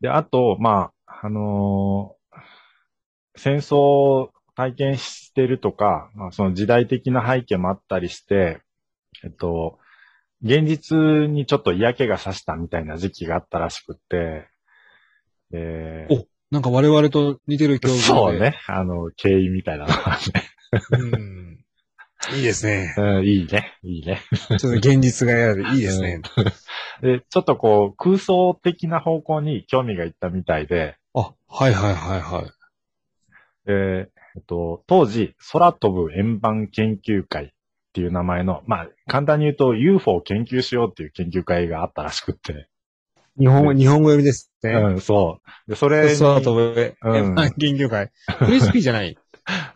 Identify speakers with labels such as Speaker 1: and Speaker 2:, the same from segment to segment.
Speaker 1: で、あと、まあ、あのー戦争を体験してるとか、まあ、その時代的な背景もあったりして、えっと、現実にちょっと嫌気がさしたみたいな時期があったらしくって、えー
Speaker 2: なんか我々と似てる境遇で。
Speaker 1: そう。ね。あの、経緯みたいなのがね。
Speaker 2: うん。いいですね。
Speaker 1: うん、いいね。いいね。
Speaker 2: ちょっと現実が嫌で、いいですね。
Speaker 1: で、ちょっとこう、空想的な方向に興味がいったみたいで、
Speaker 2: あ、はいはいはいはい。
Speaker 1: ええっと、当時、空飛ぶ円盤研究会っていう名前の、まあ、簡単に言うと UFO を研究しようっていう研究会があったらしくって。
Speaker 2: 日本語、日本語読みですね。
Speaker 1: うん、そう。で、それに、
Speaker 2: 空飛ぶ、
Speaker 1: うん
Speaker 2: 円盤研究会。フリスピーじゃない。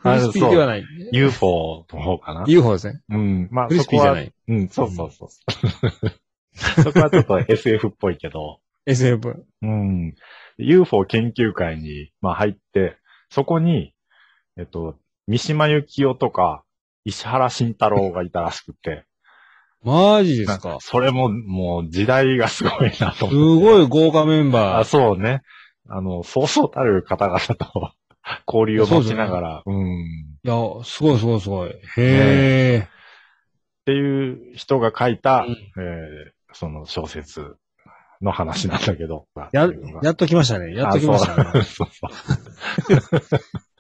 Speaker 2: フ
Speaker 1: あ
Speaker 2: リスピーではない。
Speaker 1: UFO の方かな。
Speaker 2: UFO ですね。
Speaker 1: うん、まあ、
Speaker 2: フリ
Speaker 1: そ
Speaker 2: スピ
Speaker 1: こ
Speaker 2: ーじゃ
Speaker 1: は
Speaker 2: な、い。
Speaker 1: うん、そうそう そう。そこはちょっと SF っぽいけど、
Speaker 2: SF。
Speaker 1: うん。UFO 研究会に、まあ、入って、そこに、えっと、三島由紀夫とか、石原慎太郎がいたらしくて。
Speaker 2: マジです
Speaker 1: なん
Speaker 2: か。す
Speaker 1: それも、もう時代がすごいなと思って。
Speaker 2: ごい豪華メン
Speaker 1: あ、
Speaker 2: バー。
Speaker 1: そうね。あの、そうそうたる方々と 交流を持ちながら、うん。
Speaker 2: いや、すごいすごいすごい。へえ。
Speaker 1: っていう人が書いた、
Speaker 2: うん
Speaker 1: えーその小説の話なんだけど。
Speaker 2: や
Speaker 1: っていうのが、
Speaker 2: やっと来ましたね。やっと来ました
Speaker 1: あそう
Speaker 2: ね。
Speaker 1: そうそう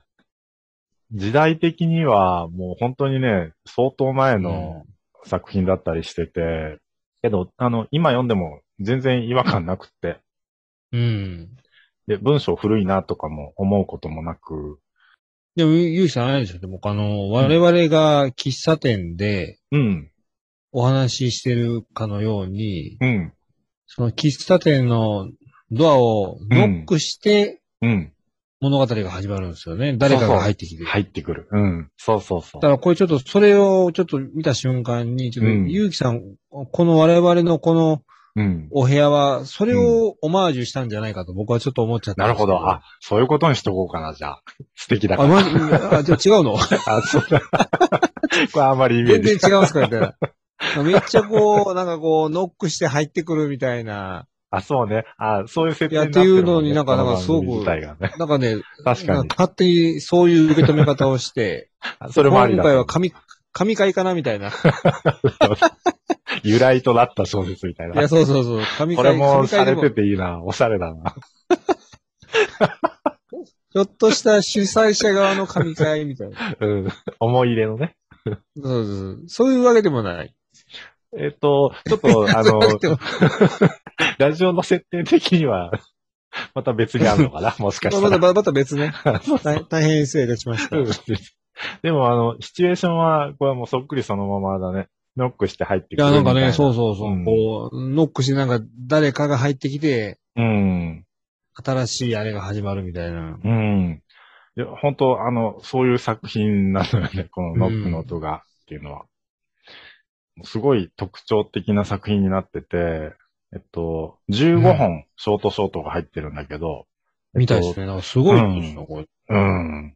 Speaker 1: 時代的にはもう本当にね、相当前の作品だったりしてて、けど、あの、今読んでも全然違和感なくって、
Speaker 2: うん。
Speaker 1: で、文章古いなとかも思うこともなく、
Speaker 2: でも、ゆうきさんあれでしょでも、あの、我々が喫茶店で
Speaker 1: うん、
Speaker 2: お話ししてるかのように、
Speaker 1: うん、
Speaker 2: その喫茶店のドアをノックして
Speaker 1: うん、
Speaker 2: 物語が始まるんですよね。誰かが入ってきて。
Speaker 1: 入ってくる。うん、そうそうそ
Speaker 2: だ
Speaker 1: う
Speaker 2: か。らこれちょっと、それをちょっと見た瞬間に、ちょっと、
Speaker 1: うん
Speaker 2: ゆうきさん、この我々のこの
Speaker 1: うん。
Speaker 2: お部屋は、それをオマージュしたんじゃないかと僕はちょっと思っちゃった
Speaker 1: なんる
Speaker 2: ですけ
Speaker 1: ほど。あ、、そういうことにしとこうかな、じゃあ。 素敵だ
Speaker 2: あ、
Speaker 1: から。
Speaker 2: まじ、あ、じゃあ違うの
Speaker 1: あ、そうだ。これあんまりイメー
Speaker 2: 全然
Speaker 1: ジ。
Speaker 2: 違うんすかみたいな。めっちゃこう、なんかこう、ノックして入ってくるみたいな。
Speaker 1: あ、そうね。あ、そういう設定
Speaker 2: いやっていうのになんかなんかすごく
Speaker 1: みたいがね。
Speaker 2: なんかね、
Speaker 1: 確か
Speaker 2: な
Speaker 1: に
Speaker 2: ん。勝手にそういう受け止め方をして、
Speaker 1: あ それもありだ
Speaker 2: 今。回は神、神会かなみた いな。い
Speaker 1: 由来となった小説みたいな
Speaker 2: や、。そうそうそう。神
Speaker 1: こ
Speaker 2: 会、
Speaker 1: れも
Speaker 2: 神
Speaker 1: さ
Speaker 2: 会で
Speaker 1: れ
Speaker 2: も
Speaker 1: て、ていいな。おしゃれだな。
Speaker 2: ちょっとした主催者側の神会みたいな。
Speaker 1: うん。思い入れのね。
Speaker 2: そうそうそう。そういうわけでもない。
Speaker 1: えっと、ちょっと、あ の、ラジオの設定的には、また別にあるのか なもしかし
Speaker 2: ま
Speaker 1: たら。
Speaker 2: た、またまた別 ね。大大変失礼いたしました。い
Speaker 1: でも、あの、シチュエーションは、これはもうそっくりそのままだね。ノックして入ってくるみた
Speaker 2: や、
Speaker 1: いな。
Speaker 2: なんかね、そうそうそう。
Speaker 1: うん
Speaker 2: こう、ノックしてなんか誰かが入ってきて、
Speaker 1: うん。
Speaker 2: 新しいあれが始まるみたいな。
Speaker 1: うん。いや、本当あの、そういう作品なのよ ね。このノックの音がっていうのは。すごい特徴的な作品になってて、えっと、15本ショートショートが入ってるんだけど、
Speaker 2: みたいですね。なんかすごいです
Speaker 1: う
Speaker 2: よ、これ。
Speaker 1: うん。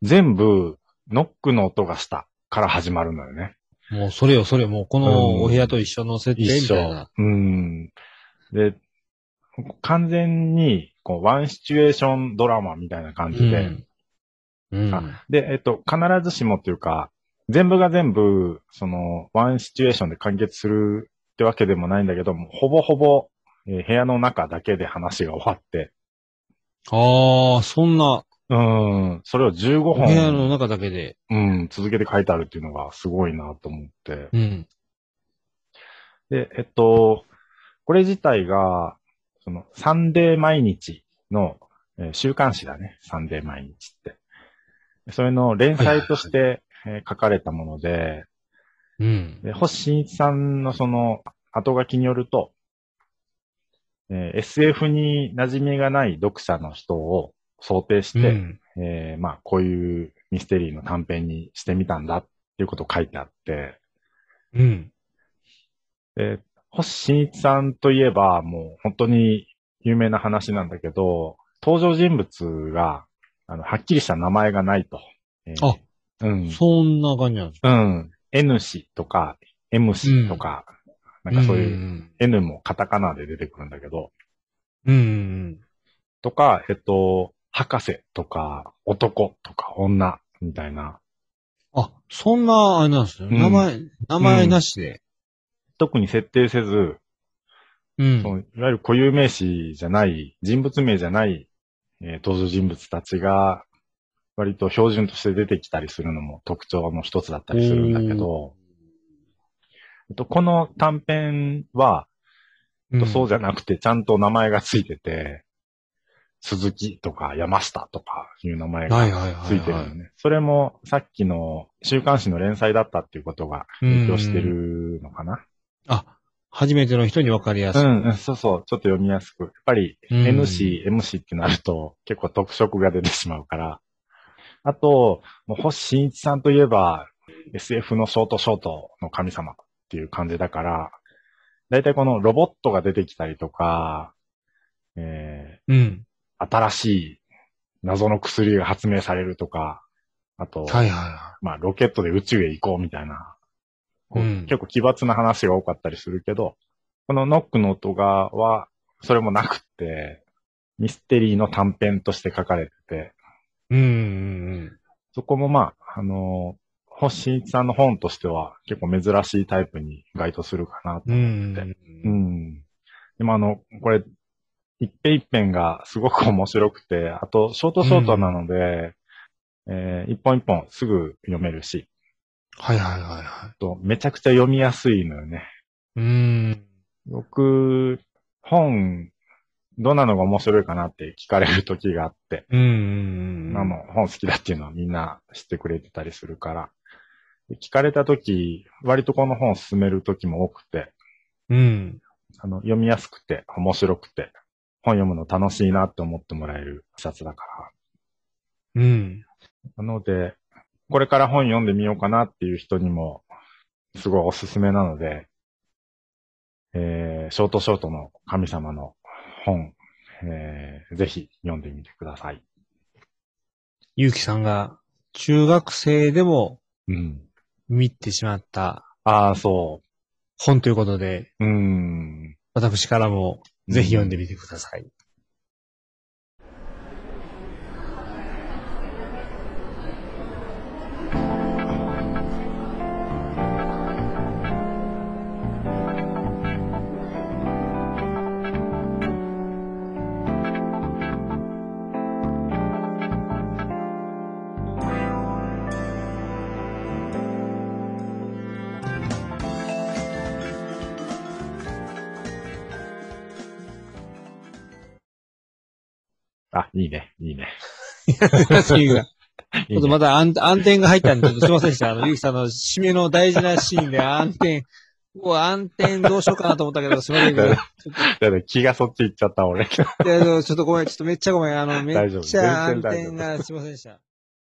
Speaker 1: 全部、ノックの音がしたから始まるのよね。
Speaker 2: もうそれよ、それよもうこ
Speaker 1: うん
Speaker 2: のお部屋と一緒の設定み
Speaker 1: 一
Speaker 2: たいな。
Speaker 1: 緒。うん。で、完全に、こう、ワンシチュエーションドラマみたいな感じで、
Speaker 2: うん。
Speaker 1: あで、えっと、必ずしもっていうか、全部が全部、その、ワンシチュエーションで完結するってわけでもないんだけども、ほぼほぼ、えー部屋の中だけで話が終わって、
Speaker 2: ああ、そんな、
Speaker 1: うーん、それを15
Speaker 2: お部屋の
Speaker 1: 本、
Speaker 2: 中だけで。
Speaker 1: うん、続けて書いてあるっていうのがすごいなと思って。
Speaker 2: うん。
Speaker 1: で、えっと、これ自体が、その、サンデー毎日の、えー週刊誌だね。サンデー毎日って。それの連載として、えー書かれたもので、
Speaker 2: うん。
Speaker 1: で星新一さんのその後書きによると、えー SF に馴染みがない読者の人を想定して、
Speaker 2: うん
Speaker 1: えーまあ、こういうミステリーの短編にしてみたんだっていうことを書いてあって、
Speaker 2: うん。
Speaker 1: で星新一さんといえばもう本当に有名な話なんだけど、登場人物があのはっきりした名前がないと。えー
Speaker 2: あ
Speaker 1: うん、
Speaker 2: そんな感じなんです
Speaker 1: うん。N 氏とか M 氏とか、なんかそういう
Speaker 2: う。ん。
Speaker 1: N もカタカナで出てくるんだけど、
Speaker 2: うん。
Speaker 1: とか、えっと、博士とか、男とか、女みたいな。
Speaker 2: あ、そんな、あれなんですね。
Speaker 1: うん
Speaker 2: 名前、名前なしで。
Speaker 1: 特に設定せず、
Speaker 2: うん。
Speaker 1: そのいわゆる固有名詞じゃない、人物名じゃない、えー登場人物たちが、割と標準として出てきたりするのも特徴の一つだったりするんだけど、えっとこの短編は、
Speaker 2: うん、
Speaker 1: そうじゃなくて、ちゃんと名前がついてて、鈴木とか山下とかいう名前
Speaker 2: は
Speaker 1: が
Speaker 2: いはいはいはい。
Speaker 1: ついてるよね。それもさっきの週刊誌の連載だったっていうことが影響してるのかな。
Speaker 2: あ、初めての人に分かりやす
Speaker 1: う
Speaker 2: い。
Speaker 1: ん、うん、そうそう、ちょっと読みやすく。やっぱり
Speaker 2: うん
Speaker 1: N 氏、M 氏ってなると結構特色が出てしまうから。あと、もう星新一さんといえば SF のショートショートの神様っていう感じだから、だいたいこのロボットが出てきたりとか、え
Speaker 2: うん。
Speaker 1: ー新しい謎の薬が発明されるとか、あと、
Speaker 2: はいはいは
Speaker 1: まあロケットで宇宙へ行こうみたいな、こう
Speaker 2: うん
Speaker 1: 結構奇抜な話が多かったりするけど、このノックの音がは、それもなくって、ミステリーの短編として書かれてて、
Speaker 2: い。うんうん
Speaker 1: そこもまあ、あのー星新一さんの本としては結構珍しいタイプに該当するかなと
Speaker 2: うん。うんうん
Speaker 1: う
Speaker 2: うん。
Speaker 1: ん。でもあの、これ、一編一編がすごく面白くて、あと、ショートショートなので、えー一本一本すぐ読めるし、
Speaker 2: はいはいはいは
Speaker 1: あとめちゃくちゃ読みやすいのよね。
Speaker 2: い。うん。
Speaker 1: 僕、本、どんなのが面白いかなって聞かれる時があって、
Speaker 2: うんうんうん。
Speaker 1: まあもう本好きだっていうのはみんな知ってくれてたりするから、で聞かれた時、割とこの本を進める時も多くて、
Speaker 2: うん。
Speaker 1: あの、読みやすくて、面白くて、本読むの楽しいなって思ってもらえる一冊だか
Speaker 2: うん。
Speaker 1: ら。なので、これから本読んでみようかなっていう人にも、すごいおすすめなので、えー、ショートショートの神様の本、えー、ぜひ読んでみてください。
Speaker 2: ゆうきさんが中学生でも
Speaker 1: うん。
Speaker 2: 見てしまった
Speaker 1: ああ、そ
Speaker 2: 本ということで、
Speaker 1: う。うん。
Speaker 2: 私からもぜひ読んでみてください。
Speaker 1: あ、いいね、いいね。
Speaker 2: ゆうきさん
Speaker 1: い
Speaker 2: ちょ
Speaker 1: い
Speaker 2: っと
Speaker 1: ね
Speaker 2: まだ暗暗転が入ったんで、ちょっとすいませんでした。あの、ゆうきさんの締めの大事なシーンで暗転、うわ暗転どうしようかなと思ったけど、すいませんけ ど、
Speaker 1: だって気がそっち行っちゃった、俺。
Speaker 2: いや、でもちょっとごめん、ちょっとめっちゃごめん。あの、め
Speaker 1: 大丈
Speaker 2: っ
Speaker 1: 夫
Speaker 2: ちゃ暗
Speaker 1: 全然大丈夫
Speaker 2: 転が、すいませんでした。